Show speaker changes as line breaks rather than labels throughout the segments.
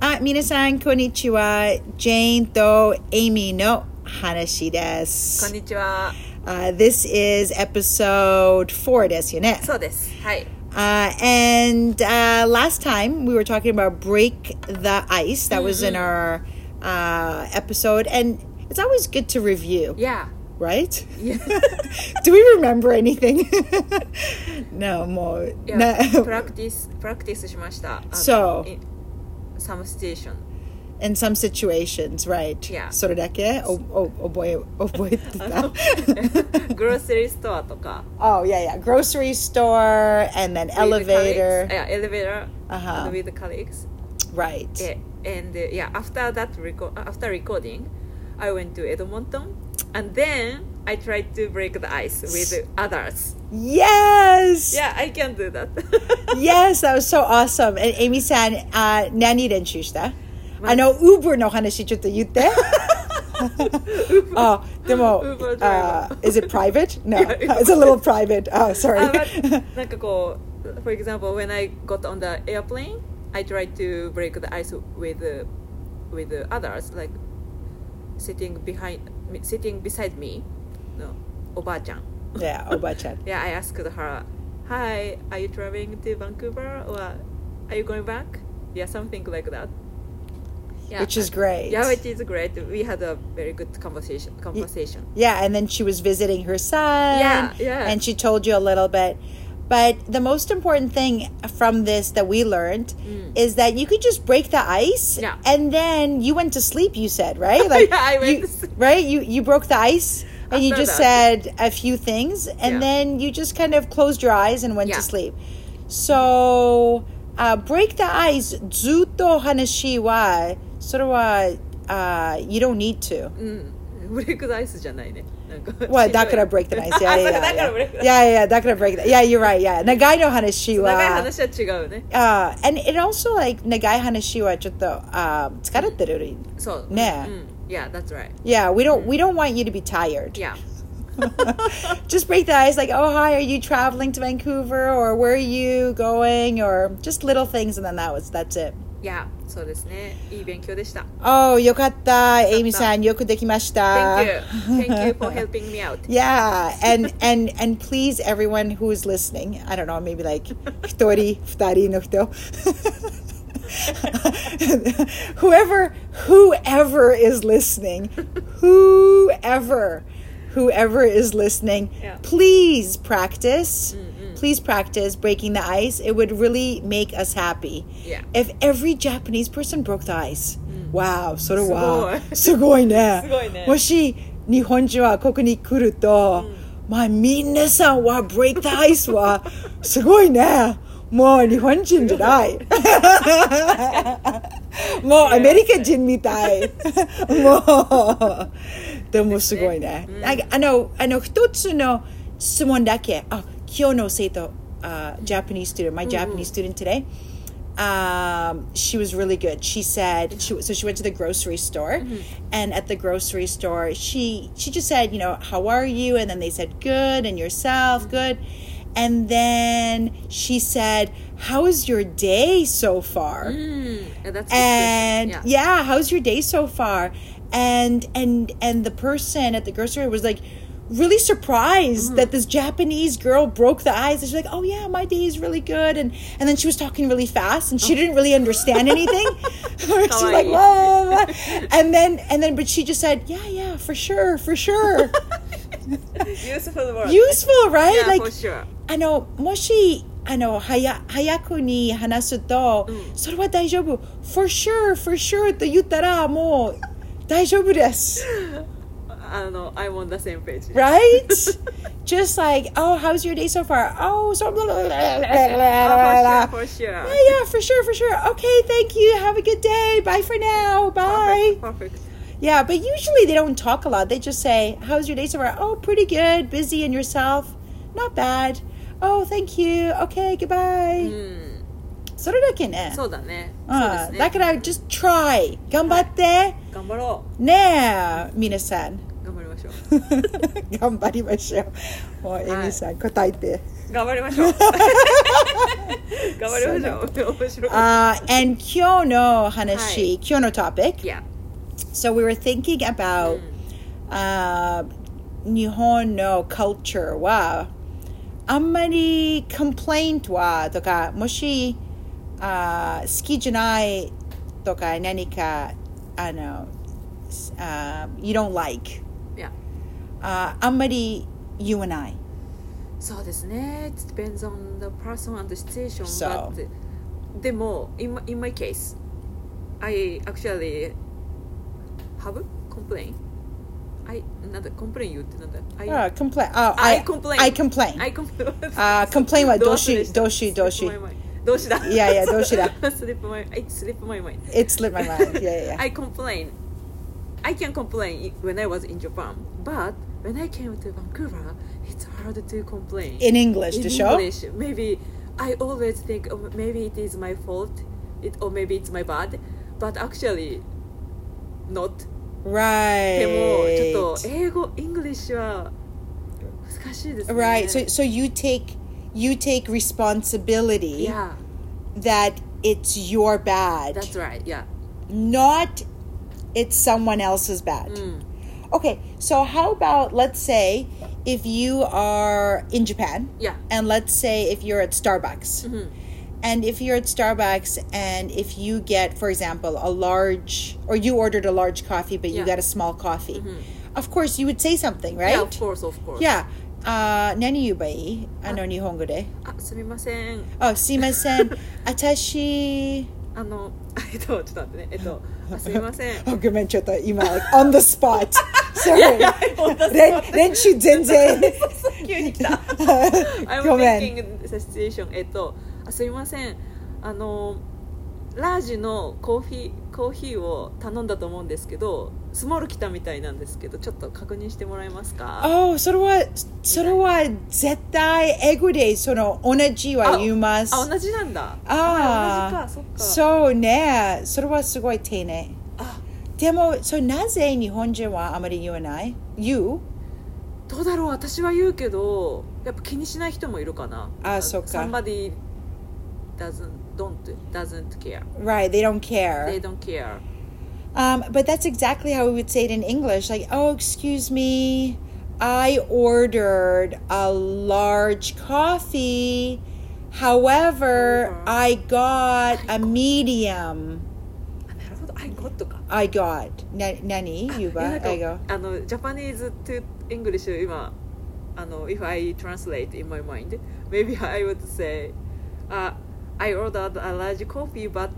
あ、皆さん、こんにちは。ジェーンとエイミーの話で
こん
す。
にちは。
Uh, this is episode 4ですよね。
そうです。はい。
Uh, and uh, last time we were talking about break the ice. That was
Mm-hmm.
in our uh, episode, and it's always good to review,
Yeah.
right?
Yeah.
Do we remember anything? no, more.
いや、
no.
プラクティス、プラクティスしました。
そう
サムステーション。
in some situations, right? Oh,
Yeah.
それだけおお覚え覚 えてた。
グロッセリーストアとか。
oh yeah, yeah. Grocery store and then elevator.
Yeah, elevator.
Uh-huh.
And with colleagues.
Right.
Yeah, And uh, yeah, after that reco- after recording, I went to Edmonton, and then I tried to break the ice with others.
Yes.
Yeah, I can do that.
yes, that was so awesome. And Amy san, uh, 何練習したあの、ウーブの話ちょっと言 って。あ、でも、
Uber driver.
Oh, uh, is it private? No,
Yeah, it
it's a little private. Oh, sorry.
あ Ah, Uh, but なんかこう for example when I got on the airplane I tried to break the ice with uh, with uh, others like sitting behind sitting beside me no おばあちゃん
yeah, oh, uh, おばあちゃん。
yeah I asked her hi are you traveling to Vancouver or are you going back yeah something like that yeah
Which is great.
yeah which is great we had a very good conversation conversation
Yeah, and then she was visiting her son.
Yeah, yeah.
And she told you a little bit. But the most important thing from this that we learned is that you could just break the ice.
Mm. Yeah.
And then you went to sleep, you said, right? Like
Yeah, I went
you,
to sleep.
Right? You you broke the ice and you
After
just
that.
said a few things and
Yeah.
then you just kind of closed your eyes and went to
Yeah.
sleep. So uh, break the ice, zuto hanashi wa sorowa uh, you don't need to.
うんブレイクダイスじゃないねなんか
わ、だからブレイクダイス。い やいやい
あだからブレイク
や。い
ダイ
やいや、だからブレイクダイス。いや、you're right, yeah. 長いの話
ス
は。
長い話は違うね
あ、and Uh, it also like 長い話はちょっと、あ、疲れてる。
そう
ね
うん、Yeah that's right
Yeah, we don't we don't want you to be tired.
Yeah
just break the ice, like, oh hi, are you traveling to Vancouver or where are you going or just little things, and then that was that's it.
Yeah そうですねいい勉強でした
Oh, よかった、エイミさん、よくできました。
Thank you Thank you for helping me out
Yeah, and and and please, everyone who is listening, I don't know, maybe like 1人、2人の人 whoever whoever is listening, whoever whoever is listening,
Yeah.
please practice. Please practice breaking the ice. It would really make us happy.
Yeah.
If every Japanese person broke the ice. Wow, so do
すごい。
wow. すご いね。
すごいね
もし日本人はここに来ると、まあ皆さんはブレイクダイスはすごいね。もう日本人じゃない。もうアメリカ人みたい。もう。でもすごいね。ああの、あの、一つの質問だけ。あ、今日の生徒、あ uh, Japanese student, my Japanese student today. um, she was really good. She said she so she went to the grocery store, and at the grocery store she she just said you know how are you, and then they said good and yourself good, and then she said how is your day so far,
うん、Yeah, That's good
and
question. Yeah.
yeah how's your day so far, and and and the person at the grocery was like really surprised
Mm-hmm.
that this Japanese girl broke the ice. And she's like, "Oh yeah, my day is really good." And and then she was talking really fast, and
Oh.
she didn't really understand anything. she was like,
Kawaii.
"Whoa!" blah, blah." And then and then, but she just said, "Yeah, yeah, for sure, for sure."
Useful word
Useful, right?
Yeah
like
for sure
あのもしあのはや早くに話すと、それは大丈夫 for sure for sure と言ったらもう大丈夫 です
あの I'm on the same page
right? Just like, oh, how's your day so far? Oh, so blah, blah, blah, blah, blah, blah, blah.
For sure
Yeah, yeah, Oh, for sure, for sure. Okay, thank you. Have a good day. Bye for now. Bye.
For sure Perfect
Yeah, but usually they don't talk a lot. They just say, how's your day so far? Oh, pretty good. Busy and yourself? Not bad. Oh, thank you. Okay, goodbye.
うん
それだけね。
そうだねそうで
あ
す
あ
ね
だから just try. 頑張って。
頑張ろ
ねえ、皆さん。
う頑張りましょう
頑張りましょう。もう、エミさん、答えて。
頑張りましょう頑張りましょう面白い
Uh, and Kyono Hanashi,
Hi.
Kyono topic.
yeah
So we were thinking about uh, Nihon no culture wa あんまり complaint はとかもしあー好きじゃないとか何かあの、s- あー you don't like Uh,
yeah
あーあんまり言わない。
そうですね it depends on the person and the situation
So.
but でも in my, in my case I actually have complain I なんだ complain 言うってなんだ I,
あー complain あー
I complain
Ah, oh, I complain
I complain
あー complain は動詞
動詞でした
動詞動詞
slip my mind 動詞だ
いやいや動詞だ
slip my I slip my mind
It slipped my mind. Yeah, yeah, yeah.
I complain. I can complain when I was in Japan, but when I came to Vancouver, it's hard to complain.
In English でしょ
English, maybe I always think oh, maybe it is my fault, it or maybe it's my bad, but actually, not. でも
Right.
ちょっと英語 English は難しいですね。
Right. So so you take you take responsibility
yeah,
that it's your bad,
that's right. Yeah.
not it's someone else's bad.
Mm.
Okay. So how about let's say if you are in Japan,
Yeah. Mm-hmm.
and let's say if you're at Starbucks, and if you're at Starbucks and if you get, for example, a large or you ordered a large coffee but you
Yeah. Mm-hmm.
got a small coffee, of course you would say something, right?
Yeah, of course, of course.
Yeah. Uh, 何言えばいいあの日本語で。
あ、すみません。
あ、すいませ ん。私。
あの、 えっと、ちょっと待ってね。えっと、あすみま せん。
あ、ごめん、ちょっと今、like, on the spot。Sorry
本当。
練練習全 然。
急に来た I'm
ごめん。
thinking the situation えっとあすみませんあのラージのコーヒーコーヒーを頼んだと思うんですけどスモール来たみたいなんですけどちょっと確認してもらえますか
あ、それは、それは絶対英語でその同じは言います。
あ同じなんだ
あ
はい
あ
同じかそっか
そうね。それはすごい丁寧。
あ
でも、そうなぜ日本人はあまり言わない言う
どうだろう私は言うけどやっぱ気にしない人もいるかな
あそっか
somebody doesn't don't doesn't care
Right, they don't care.
they don't care
Um, but that's exactly how we would say it in English. Like, oh, excuse me, I ordered a large coffee. However,
However,
I got a medium.
あなるほど I got とか
I got. Na- Nani,
いやな
Yuba,
んか
I go.
あのジャパニーズ to English を今あの if I translate in my mind maybe I would say、uh, I ordered a large coffee but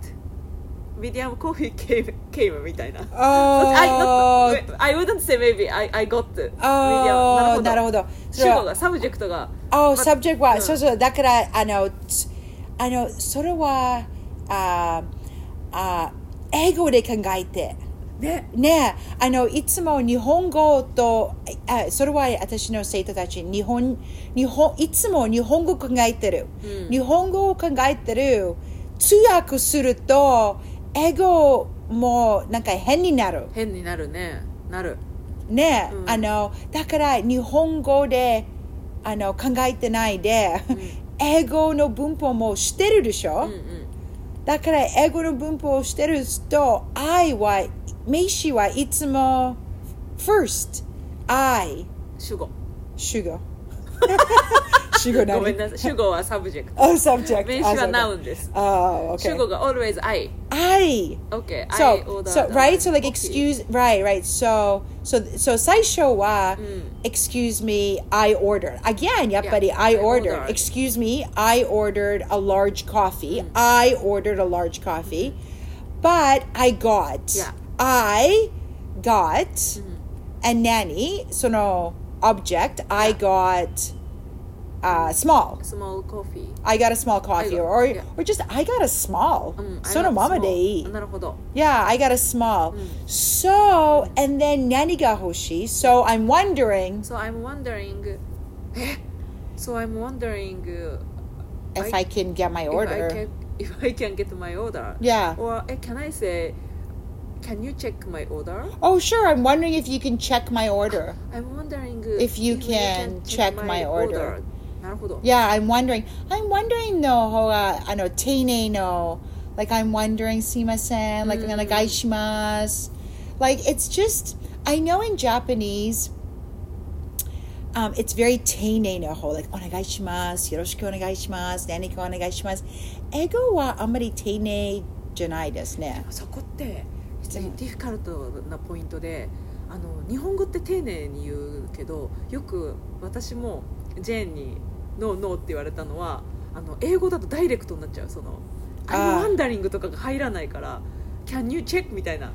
medium coffee came came みたいな But I,
Oh,
not, I wouldn't say maybe I, I got
oh,
あ
なるほど。
主語がサブジェクトが
Oh,
But-
subject は、
うん
そうそう、だから、あの、つあの、それは、ああ、英語で考えて。
ね
ねえ、あの、いつも日本語と、あそれは私の生徒たち、日本、日本、いつも日本語考えてる。
うん
日本語を考えてる。通訳すると、英語もなんか変になる。
変になるねなる
ね、
うん
あのだから日本語であの考えてないで、英語の文法もしてるでし
う
ょ、
んうん
だから英語の文法をしてると「I」は名詞はいつも「first」「I
主語」
主 語主語何
ごめんなさい主語はサブジェクト
あ Oh, subject Ah,
名詞はナウ
ン
ンです
あ、o k
主語が always I
I
Okay, I
so
order
so
the
right so like
coffee.
excuse right right so so so 最初は、excuse
Mm,
me I ordered again やっぱり
Yeah,
I
I
ordered
ordered.
excuse me I ordered a large coffee I ordered a large coffee but I got
Yeah.
I got and nanny その object I got uh small
small coffee
I got a small coffee
got-
or
yeah. Mm,
or just I got a small
うん
そのままでいい
あなるほど
Yeah, I got a small.
Mm.
So, and then nani ga hoshi. So I'm wondering
So I'm wondering え So I'm wondering uh,
if
I-
I can get my
if I
order.
can if I can get my order
Yeah.
or eh, can I say Can you check my order?
Oh, sure. I'm wondering if you can check my order.
I'm wondering uh,
If you can check my order.
なるほど
Yeah, I'm wondering. I'm wondering though, how, uh, I know, teine no. Like, I'm wondering, simasen, like,
Mm-hmm.
mm. gaishimas. Like, it's just, I know in Japanese, um, it's very teine no ho, like, onegaishimasu, yoroshiku onegaishimasu, nanika onegaishimasu. Ego wa amari teine janai desu ne.
そこって実
で
に
も
ディフィカルトなポイントであの日本語って丁寧に言うけどよく私もジェーンに「ノーノー」って言われたのはあの英語だとダイレクトになっちゃうその「
あー
I'm wondering」とかが入らないから「Can you check」みたいな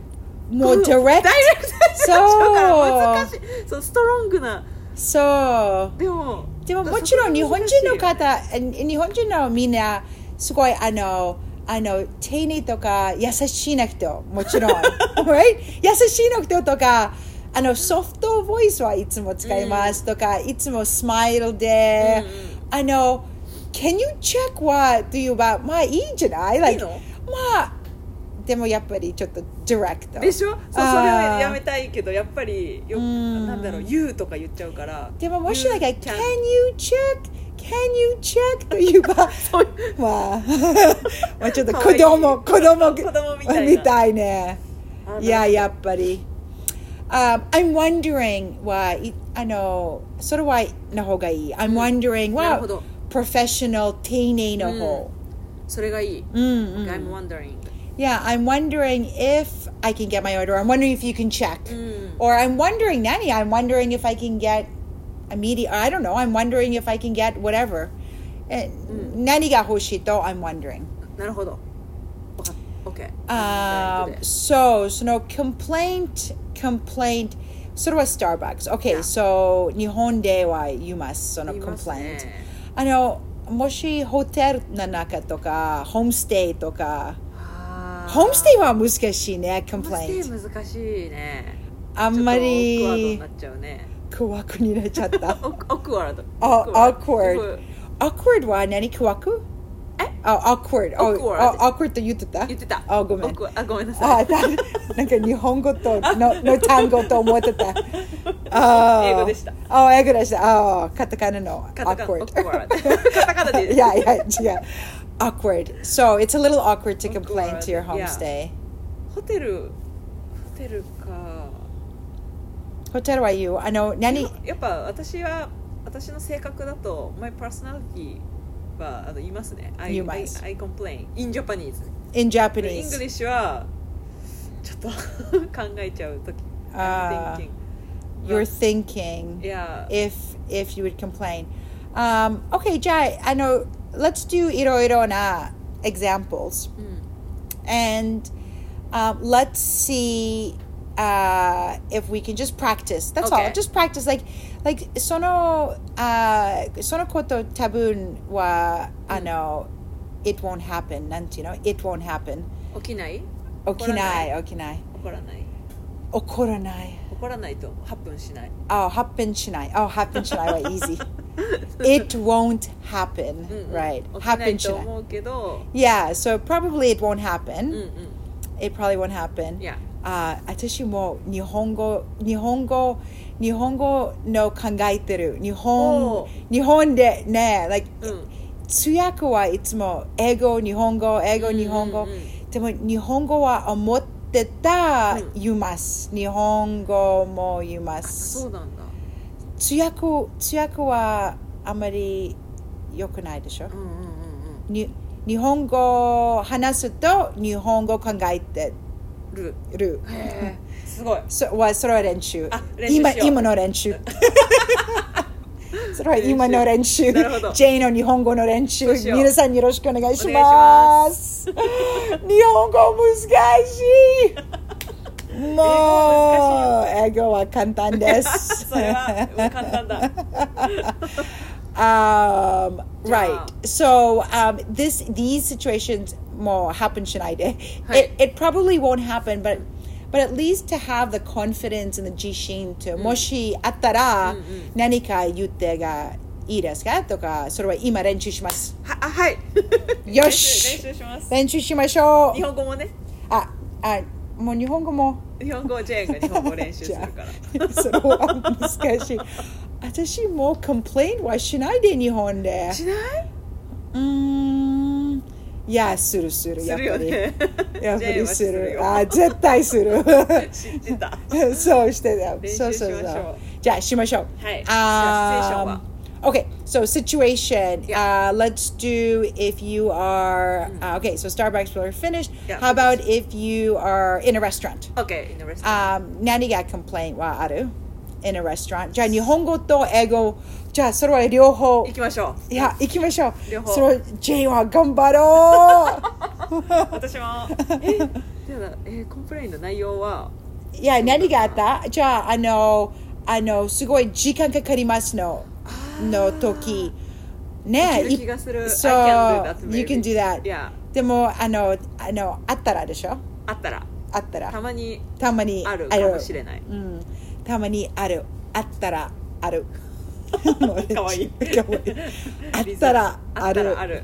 More
こう
direct.
ダイレクトになっちゃうから難
So,
しいそうストロングな
so.
でも
でももちろん日本人の方、日本人のみんなすごいあのあの丁寧とか優しいな人もちろん、right? 優しいな人とかあのソフトボイスはいつも使いますとか、いつもスマイルで、あの Can you check はと言えばまあいいんじゃない
いい
like,
の
まあでもやっぱりちょっとディレクト
でしょそうそれを
あー
やめたいけどやっぱりよ
うん
なんだろう「You」とか言っちゃうから
でももしなんか、
うん
Can you check? Can you check? と言え ば
そういう
ま あ、まあちょっと
かわい
子
い
供子供
子供みたいな
ね
あの
いややっぱり、Um, I'm wondering はいあのそれはの方がいい I'm wondering
なる
は
ほど
professional 丁寧の方、
それがいい。
うんうん
I'm wondering.
Yeah, I'm wondering if I can get my order. I'm wondering if you can check.
Mm.
Or I'm wondering, Nanny, I'm wondering if I can get a media. I don't know. I'm wondering if I can get whatever. Eh,
Mm.
Nanny ga hoshito, I'm wondering.
なるほど。わかっ OK。
Um, so, so no complaint, complaint. So was Starbucks. Okay,
Yeah.
so Nihon de wa yumasu, so
言
no
いますね
complaint. あのもしホテルの中とかホームステイとか
Ah. あー
ホームステイは難しいね、コンプ
ホーム
レイント。
ステイ難しいね。
あ
あ
んま
ク
り
ワードになっちゃうね。
怖くになっちゃ った。
オクオクワード。
あ、
awkward
awkward。awkward は何怖く
え
あ、awkward。あ
Eh?
Oh,
awkward
あ awkward Oh, と言ってた
言ってた。
あ、ごめん。
awkward あ、ごめんなさ
あ
い。
だなんか日本語と のの単語と思ってた。あー
英語でした。
あ、英語でした。あー、カタカナの
カタカナ
awkward。
awkward カタカナで
いやいや、違う。awkward。So it's a little awkward to complain
Awkward
to your
yeah.
homestay.
ホテルホテルか。
ホテルは言う。あの、何
やっぱ私は私の性格だと my personality はあの言いますね I,
言い
I,
ま
I
す
complain in Japanese
in
イン
Japanese?
グリッシュはちょっと 考えちゃう時
あー Ah,
I'm thinking
You're thinking.
yeah
if if you would complain. Um, okay, Jai, I know. Let's do iro na examples,
うん
and um, let's see uh, if we can just practice. That's all.
Okay.
Just practice. Like like sono uh, sono koto tabun wa ano it won't happen. Nanti you know it won't happen.
起きない
Okinai, okinai,
怒らない
okoranai.
怒らないと発分しない
Oh, happen shinai. Oh, happen shinai wa easy. it won't happen,
うんうん
right?
起きな
Happen
いと
shinai.
思うけど
Yeah, so probably it won't
うんう
happen.
ん
It probably won't happen.
いや
Uh, 私も日本語、日本語、日本語の考えてる。日本
Oh.、
日本でね、like、
うん
通訳はいつも英語、日本語、英語、
うんうんうん
日本語。でも日本語は思ってた、
うん
言います。日本語も言います。
そうなんだ
通訳通訳はあまり良くないでしょ、
うんうんうんうん
に日本語を話すと日本語考えて
ル
る
ーへーすごい
そはそれは練習
あ練習しよ
今
う
今の練習それは今の練習
なるほど
J の日本語の練習
そうしよう
皆さんよろしくお願いし
お願
ま
いします
日本語難しいもう英語は簡単です
それはうん簡単だ
um,
Yeah.
right. So um, this these situations more happen tonight. It,
Right.
it probably won't happen, but but at least to have the confidence and the jishin to moshi attara nanika yutte ga ii desu ka toka sore wa ima renshu shimasu.
はあはい
よし
練習練習します日
Renshu
本語もね
Ah, ah, もう日本語も
日本語ジェーンが日本語練習するから
それは難しい。あ私もう complain はしないで日本で
しない？
うーんいやするする
す
やっ
るよ
ぱり、
ね。
やっぱ
ジェーン
り
は
する
よ
あ絶対 する
信じた。
そうしてた
練習
そうそうそ
しましょ
う
う
じゃあしましょう
はいじゃあシチュエーション
Um,
は
okay, so situation.
Yeah.
Uh, let's do if you are uh, okay. So Starbucks were finished.
Yeah.
How about if you are in a restaurant?
Okay, in the restaurant.
Um, 何が complaint はある in a restaurant? じゃあ日本語と英語じゃあそれは両方
行きましょ
いや行きましょう。
両方
それ J は頑張ろ う。
う。私も。え、じゃあえーコンプレインの内容は。
いや何があったじゃああのあのすごい時間かかりますのの時ね
できる気がする
い
Ah. I
そう
can do that, maybe.
you can do that
Yeah.
でもあのあのあったらでしょ
あったら
あったら
たまに
たまに
あるかもしれない
うん、たまにあるあったらある
かわい い
かわいいあったら
あ
あ
った
る
らある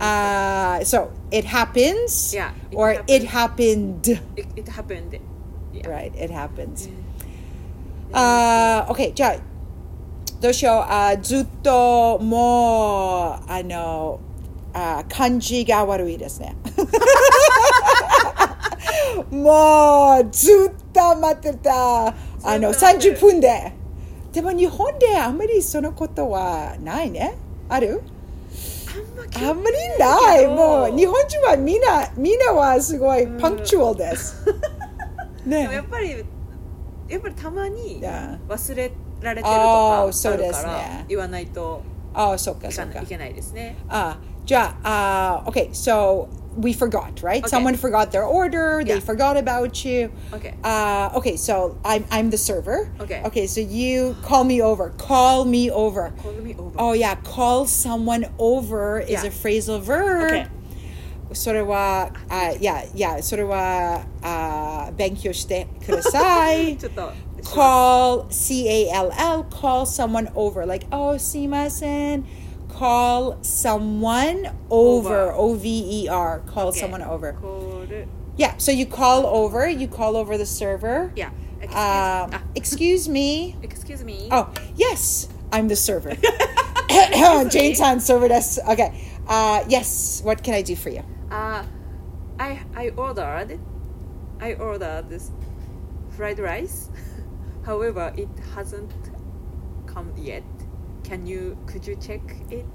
Uh, so it happens
Yeah, it
or
happened.
it happened
it, it happened Yeah.
right it happens Uh, あー OK じゃあどうしようあーずっともうあのあー感じが悪いです ねもうずっと待ってたあの
ずっと待ってる
30分ででも日本であんまりそのことはないねある
あんま
あんまりないもう日
本
本人はみんなみんなはすごいパンクチュアルですね
やっぱりやっぱりたまに
Yeah.
忘れられてると
あ
か
ーそ
あ
うで
るか
すね
ら言わないと
ああそっか
い
そっ
かな
か
いけないですね
Oh, Ah, ja, uh, okay, so we forgot, right?
Okay.
Someone forgot their order, they
Yeah.
forgot about you.
Okay.
Uh, okay, so I'm, I'm the server.
Okay.
Okay, so you call me over. Call me over.
Call me over.
Oh, yeah, call someone over is
Yeah.
a phrasal verb. uh,
Okay.
それは、あいや、いや、それは、あ勉強してくださ い。
ちょっと
call C A L L call someone over like oh simasen call someone over
Over.
O V E R call
Okay.
someone over
コール
yeah so you call over you call over the server
Yeah. Excuse-
um,
ah.
excuse me
excuse me
oh yes I'm the server Jane Tan server desk okay uh, yes what can I do for you
Uh, I I ordered I ordered this fried rice. However, it hasn't come yet. Can you could you check it?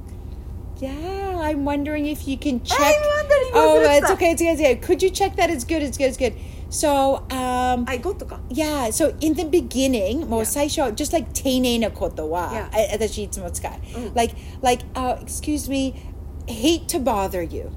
Yeah, I'm wondering if you can check.
wondering
oh,
what's that?
it's okay, it's okay, it's okay. Could you check that? It's good, it's good, it's good. So, um,
I got か。
yeah, so in the beginning, もう最初、just like 丁寧なことは、
Yeah. Mm.
あ私いつも使う。
うん
Like, like, uh, excuse me, hate to bother you.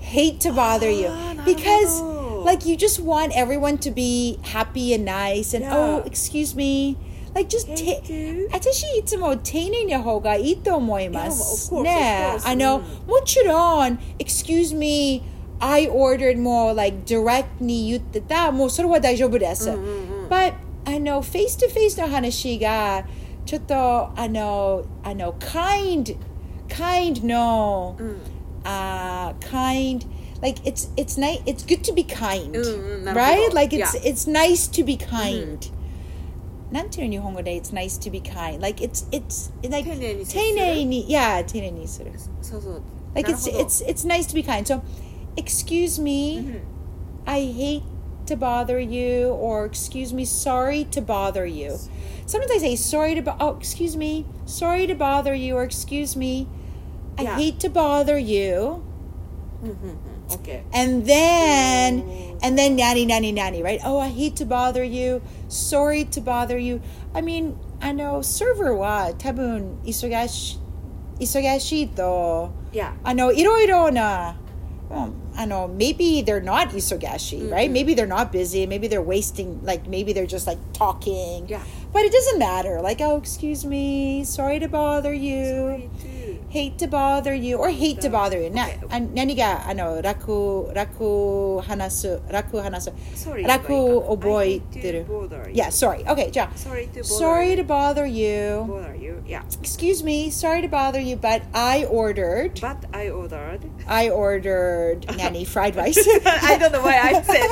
Hate to bother you.
あーなるほど
Because, like, you just want everyone to be happy and nice and,
Yeah.
oh, excuse me. Like, just
Hate to.
私いつも丁寧な方がいいと思いま
Yeah,
す。
of course,
ね
of course. Mm.
あの、もちろん、excuse me, I ordered more like direct に言ってた、もうそれは大丈夫です。
うんうんうん
But あの、face to face の話が、ちょっとあの、あの、kind, kind の、
うん。
uh, kind. Like it's it's nice. It's good to be kind,
うんうん、なる
right?
ほど。
Like it's
Yeah. Mm-hmm.
it's nice to be kind. なんていう日本語で it's nice to be kind. Like it's it's like
丁寧に接する。
丁寧に- yeah 丁寧にする。
そうそう。
Like
なる
it's
ほど
it's it's nice to be kind. So, excuse me,
うん
I hate to bother you, or excuse me, sorry to bother you. Sometimes I say sorry to bo- oh excuse me, sorry to bother you, or excuse me, I
Yeah.
hate to bother you.
うんうんうん。Okay. Mm-hmm.
And then, and then nanny, nanny, nanny, right? Oh, I hate to bother you. Sorry to bother you. I mean, I know server は多分忙し忙しいと、
Yeah.
あのいろいろな、うん、あの maybe they're not 忙しい、right?
Mm-hmm.
Maybe they're not busy. Maybe they're wasting, like maybe they're just like talking.
Yeah.
But it doesn't matter. Like, oh, excuse me, sorry to bother you.
Sorry to-
hate to bother you or hate to bother you な、あ何があの楽楽話す楽話す
Sorry
楽覚え
I hate
てる
to bother
oh
you.
Yeah, sorry. Okay, じゃあ
Sorry to bother
Sorry
you.
to bother you.
Bother you. Yeah.
Excuse me, sorry to bother you, but I ordered
But I ordered.
I ordered nanny fried rice.
I don't know why I said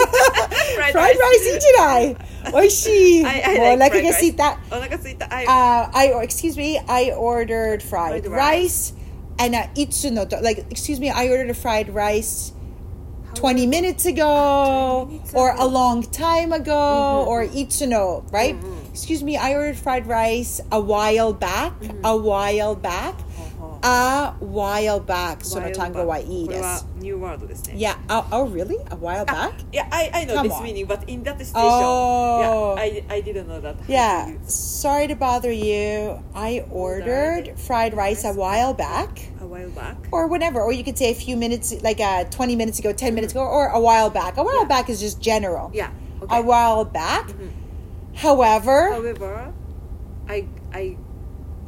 fried
fried rice いいんじゃない美味しい。
I, I
もう
like
お腹
fried
が
rice.
すいた。
お腹すいた。I,
Uh, I or excuse me, I ordered fried
Fried
rice, and uh, itsuno to, like excuse me, I ordered a fried rice twenty minutes ago
20 minutes
or
ago.
a long time ago or itsuno, right? Excuse me, I ordered fried rice a while back, a while back, a while back. その単語はいい
こ
で
れは
す。
ニューワードですね。
Yeah. Oh, oh, really? A while back?
いや、I, I know
Come
this
on.
meaning, but in that station,
Oh.
yeah, I, I didn't know that.
Yeah. Sorry to bother you. I ordered fried rice a while back.
A while back.
or whenever, or you could say a few minutes, like uh, 20 minutes ago, 10 minutes ago, or a while back. A while
Yeah.
back is just general.
Yeah.
A
Okay. Mm-hmm. Oh,
while back. However,
However, I, I,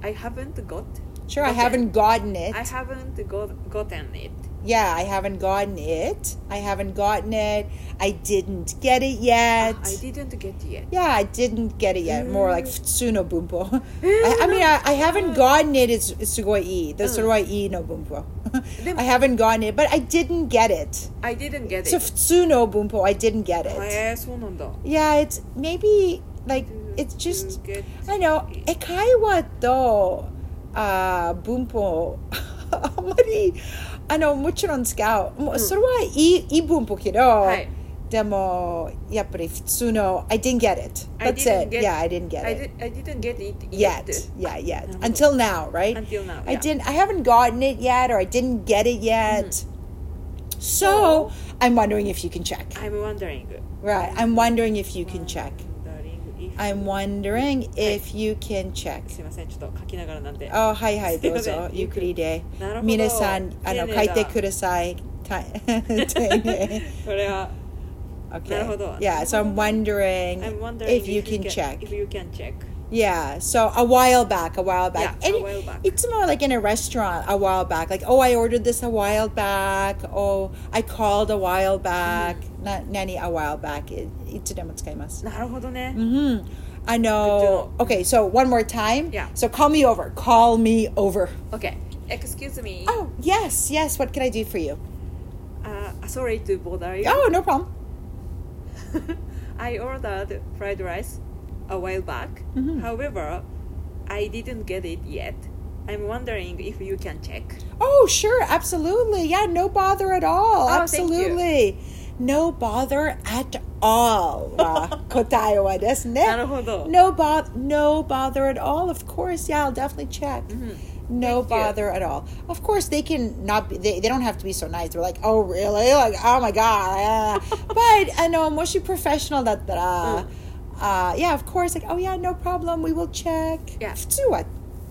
I haven't got.
sure, I
gotten-
haven't gotten it.
I haven't got, gotten it.
yeah, I haven't gotten it. I haven't gotten it. I didn't get it yet.
I Mm. didn't get yet.
yeah, I didn't get it yet. More like futsuno bumpo. I, I mean, I, I haven't gotten it. It's sugoi i. The
Uh-huh.
sugoi i no bumpo. I haven't gotten it, but I didn't get it.
I didn't get
So
it. Oh,
futsuno bumpo, I didn't get it.
へえ、そうなんだ。
Yeah, it's maybe like
Mm-hmm.
it's
Mm,
just
get
I know Eh,
it.
え会話とあー文 法あんまりあのもちろん使うも
Hmm.
うそれはいい,、いい文法けど、
い
でもやっぱり普通の I didn't get it
I
that's
didn't
it
get-
yeah I didn't get
I,
it
did, I didn't get it
yet
yet.
yeah yet
なるほど
until now right
Until now,
I
yeah.
didn't I haven't gotten it yet or I didn't get it yet so
Hmm. So-
I'm wondering if you can check
I'm wondering.
right I'm wondering if you can check
Wondering if-
I'm wondering if you can check.
すいません、ちょっと書きながらなんで。
あはい はい、
すい
どう
ません
ぞ、ゆっくりで
なるほ。ど
皆さん、あの、
丁寧
書
だ
いてください。 た丁寧
これは、
Okay.
なるほど
Yeah, so I'm wondering
I'm wondering
if you can check.
If you can check.
Yeah, so a while back, a while back.
Yeah,
And
a while back.
It's more like in a restaurant a while back. Like, oh, I ordered this a while back. Oh, I called a while back.
Mm-hmm.
な何 a while back? いいつでも使います。
なるほどね。
Mm-hmm. I know.
Good
Okay,
to know.
so one more time.
Yeah.
So call me over. Call me over.
Okay. Excuse me.
Mm. Oh, yes, yes. What can I do for you?
Uh, sorry to bother you.
Oh, no problem.
I ordered fried rice a while back. However, I didn't get it yet. I'm wondering if you can check.
Oh, sure. Absolutely. Yeah, no bother at all.
Oh, thank you.
absolutely. No bother at all.
な
Kotaewa
るほど。
No bother no bother at all. Of course. Yeah, I'll definitely check. No
Mm-hmm. Thank you.
bother at all. Of course, they can not. Be, they, they don't have to be so nice. They're like, oh really? Like, oh my god. ah." but I know, moshi professional that uh,
Mm.
uh, yeah, of course. Like, oh yeah, no problem. We will check.
Yeah. Mm-hmm.
Do what?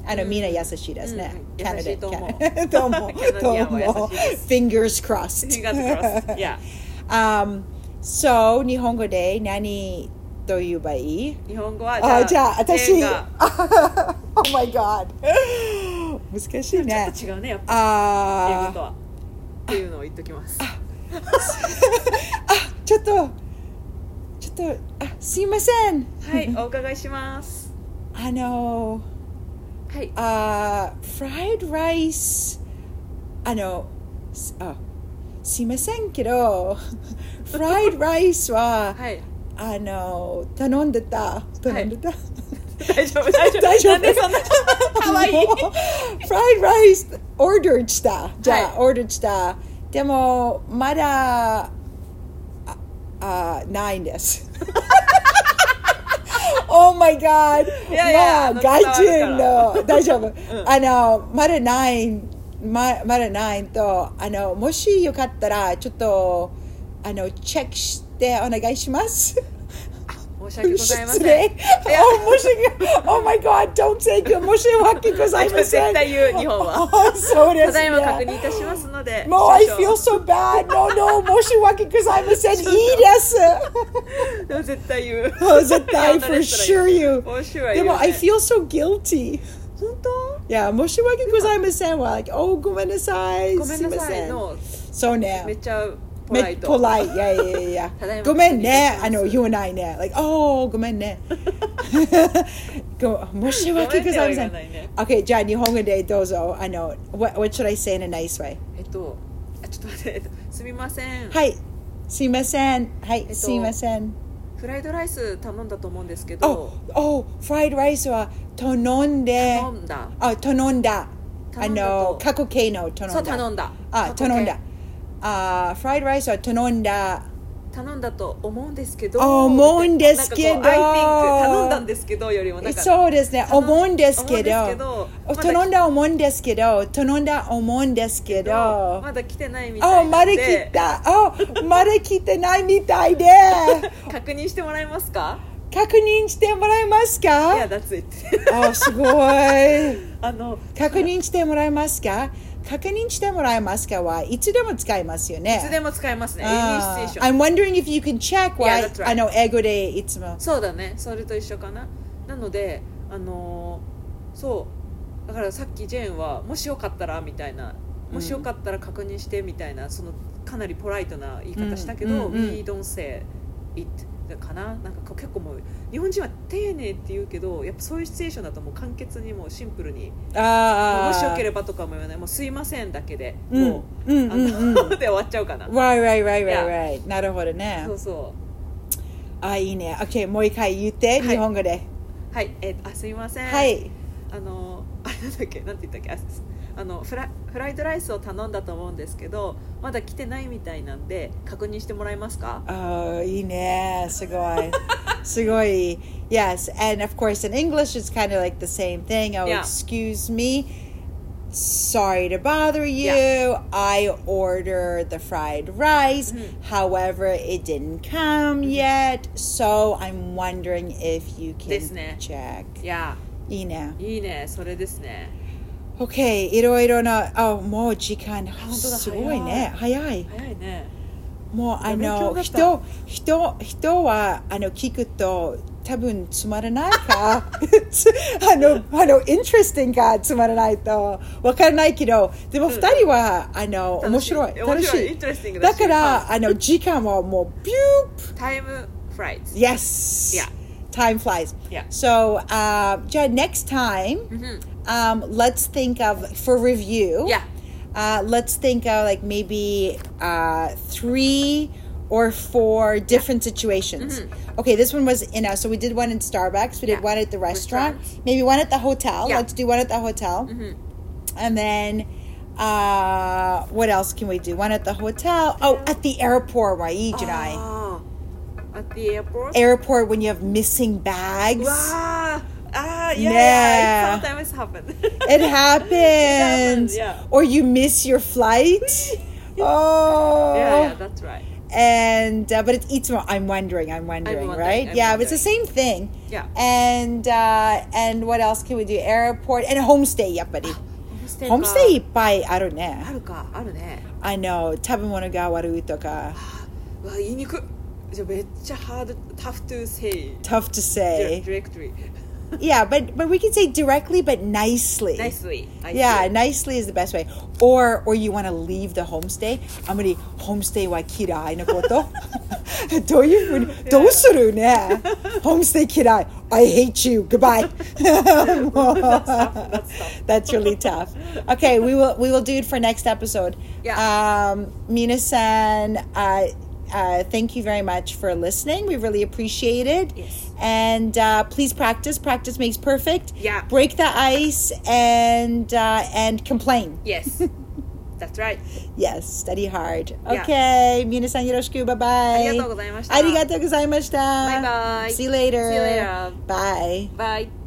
あの、みんな優しいですね。
うん、うん。
Canada-
優しいと思う。
Can- どうも。
Canadianは優しいです。
どうも。Fingers crossed.
Fingers crossed. Yeah.
Um, so, 日本語で何と言えばいい
日本語は
あ、
じ
じ
ゃ
ゃあ
あ、、
私。
天が
Oh my god. 難しい
ちょ
ね
っ。と違うね、やっぱ英語
あ
とは。っていうのを言っときます。
ー、ちょっと、ちょっと、あ、すいません。
はい、お伺いします。
あの、
はい。
あー、フライドライス、あの、すあ、すいませんけ ど、フライドライスは、
はい。
あの、頼んでた。頼んでた。
大丈夫、大丈夫。
大丈夫
なんでそんな、かわいい。
も うフライドライス、オーダーした。じゃあ、
はい
オーダーした。でも、まだ、ああないんです。Oh my god!
いやいや
まあ、
あの
外人
伝わ
の、大丈夫。あの、まだない、ままだないと、あの、もしよかったら、ちょっと、あの、チェックしてお願いします。
申し訳ございません。
失 礼
いや
Oh, 申し訳 Oh my God, don't say it. 申し訳ございません。
絶対言う日本 は
あ。そうですね。
ただいま確認いたしますので。
もう、I
少
feel
々
so bad. No, no, 申し訳ございません。いい です。
でも絶対言う。
絶対、for sure you.
面白い。
でも、I
ね
feel so guilty.
本当
いや、申し訳ございませんは、like, oh, ごめんなさい。
ごめんな
す
さ
いま
い
せん
の
そうね。
めっちゃポ
め
ラ
っ
イ
ちゃ
ト。
ポライ。いやいやいや
ただい。ま
ごめんね。
確
あ
認します
の、言わないね。Like, oh, ごめん ね。ご申し訳ございません
ごめんねは言わないね。
Okay, じゃあ日本語でどうぞ。あの、what, what should I say in a nice way?
えっと、あちょっと待って、えっとすみません。
はい。すいません。はい、
と
すいません。
フライドライス頼んだと思うんですけど
おおフライドライスは頼んで
頼んだ
あ頼んだあ
頼んだ
の
と
過去形の頼んだ
そう頼んだ
あ
過去形
頼んだあフライドライスは頼んだ
頼んだと思うんですけど
思うんですけど
なんかこう I think 頼んだんですけどよりもなんか
そうですね
頼ん
思うんですけ
思うんですけ
ど
ど
お
まだ
頼んだ思うんですけど頼んだ思うんですけど
まだ来てないみた
あ
いな
まだ
んで
来たあまだ来てないみたいで
確認してもらえますか
確認してもらえます
いや
か
that's it
あすごい
あの
確認してもらえますか確認してもらえますかはいつでも使いますよね
いつでも使えますね
Ah,
Any situation
I'm wondering if you can check why
Yeah, that's right.
あの英語でいつも
そうだねそれと一緒かななのであのーそうだからさっきジェーンは「もしよかったら」みたいな「もしよかったら確認して」みたいなそのかなりポライトな言い方したけど「
うんうんうん
We don't say it」かななんかこう結構もう日本人は丁寧って言うけどやっぱそういうシチュエーションだともう簡潔にもうシンプルに「
あ
もしよけ
ば
れば」とかも言わない「もうすいません」だけで、
うん
も
う
う、
ん
あ
うんうん
の で終わっちゃうかな、
right right right right
Yeah.
right なるほどね
そうそ
あいいね OK もう一回言って
はい
日本語で
うはいえーあすいません
はい
あのあれなんだっけなんて言ったっけあすあのフラフライドライスを頼んだと思うんですけどまだ来てないみたいなんで確認してもらえますか
あいいねすご いすごい Yes and of course in English it's kind of like the same thing Oh
Yeah.
excuse me Sorry to bother you.
Yeah.
I ordered the fried rice.
Mm-hmm.
However, it didn't come yet. So I'm wondering if you can
ですね
check.
いや
いいね。
いいねそれですね
OK、いろいろな、あ、もう時間、
本当だ
すごいね。早い。
早いね
もうあ
勉強
の
だった
人人人はあの聞くと多分つまらない かつあのあのイントレスティングかつまらないとわからないけどでも
ん
二人は、あの面
楽しい
白い
面白い
楽しい
interesting だ
だ
し
からあの時間はもうビュー
タイムフライズ
yes
Yeah.
time flies
Yeah.
so uh, じゃあ next time、um, let's think of for review
Yeah.
uh, let's think of like maybe uh, three or four different situations okay this one was in a so we did one in starbucks we did
Mm-hmm. Yeah.
one at the restaurant
Restaurants.
maybe one at the hotel
Yeah. Mm-hmm.
let's do one at the hotel and then uh, what else can we do one at the hotel oh at the airport why each and i
あー at the airport
airport when you have missing bags
うわーあーいや
ね
いや
え
sometimes happen
It happens.
It happens, yeah.
Or you miss your flight. Oh.
yeah, yeah that's right
And uh, but it's each more. I'm wondering. I'm wondering.
wondering,
right?
I'm
yeah, but it's the same thing.
Yeah.
And uh, and what else can we do? Airport and homestay. Yeah, buddy.
ホ
homestay. By I don't
あ
know.
るかあるね
I know. 食べ物が悪いとか
うわ言いにくいじゃあめっちゃハード tough to say
Tough to say.
directory
Yeah, but but we can say directly, but nicely.
nicely I
Yeah,
see.
nicely is the best way. Or or you want to leave the homestay. あまり homestay は嫌いな こと。どういうふうに、どうするね ?homestay 嫌い。I hate you. Goodbye. もう That's really tough. Okay, we will we will do it for next episode.
Yeah.
Um, Mina-san, uh, uh, thank you very much for listening. We really appreciate it.
Yes.
And uh, please practice. Practice makes perfect
Yeah.
break the ice and uh, and complain.
yes that's right
Yes, study hard.
Yeah.
Okay, minasan yoroshiku. Bye bye.
ありがとうございました
Arigatou gozaimashita.
Bye-bye.
See you later.
See you later.
Bye.
bye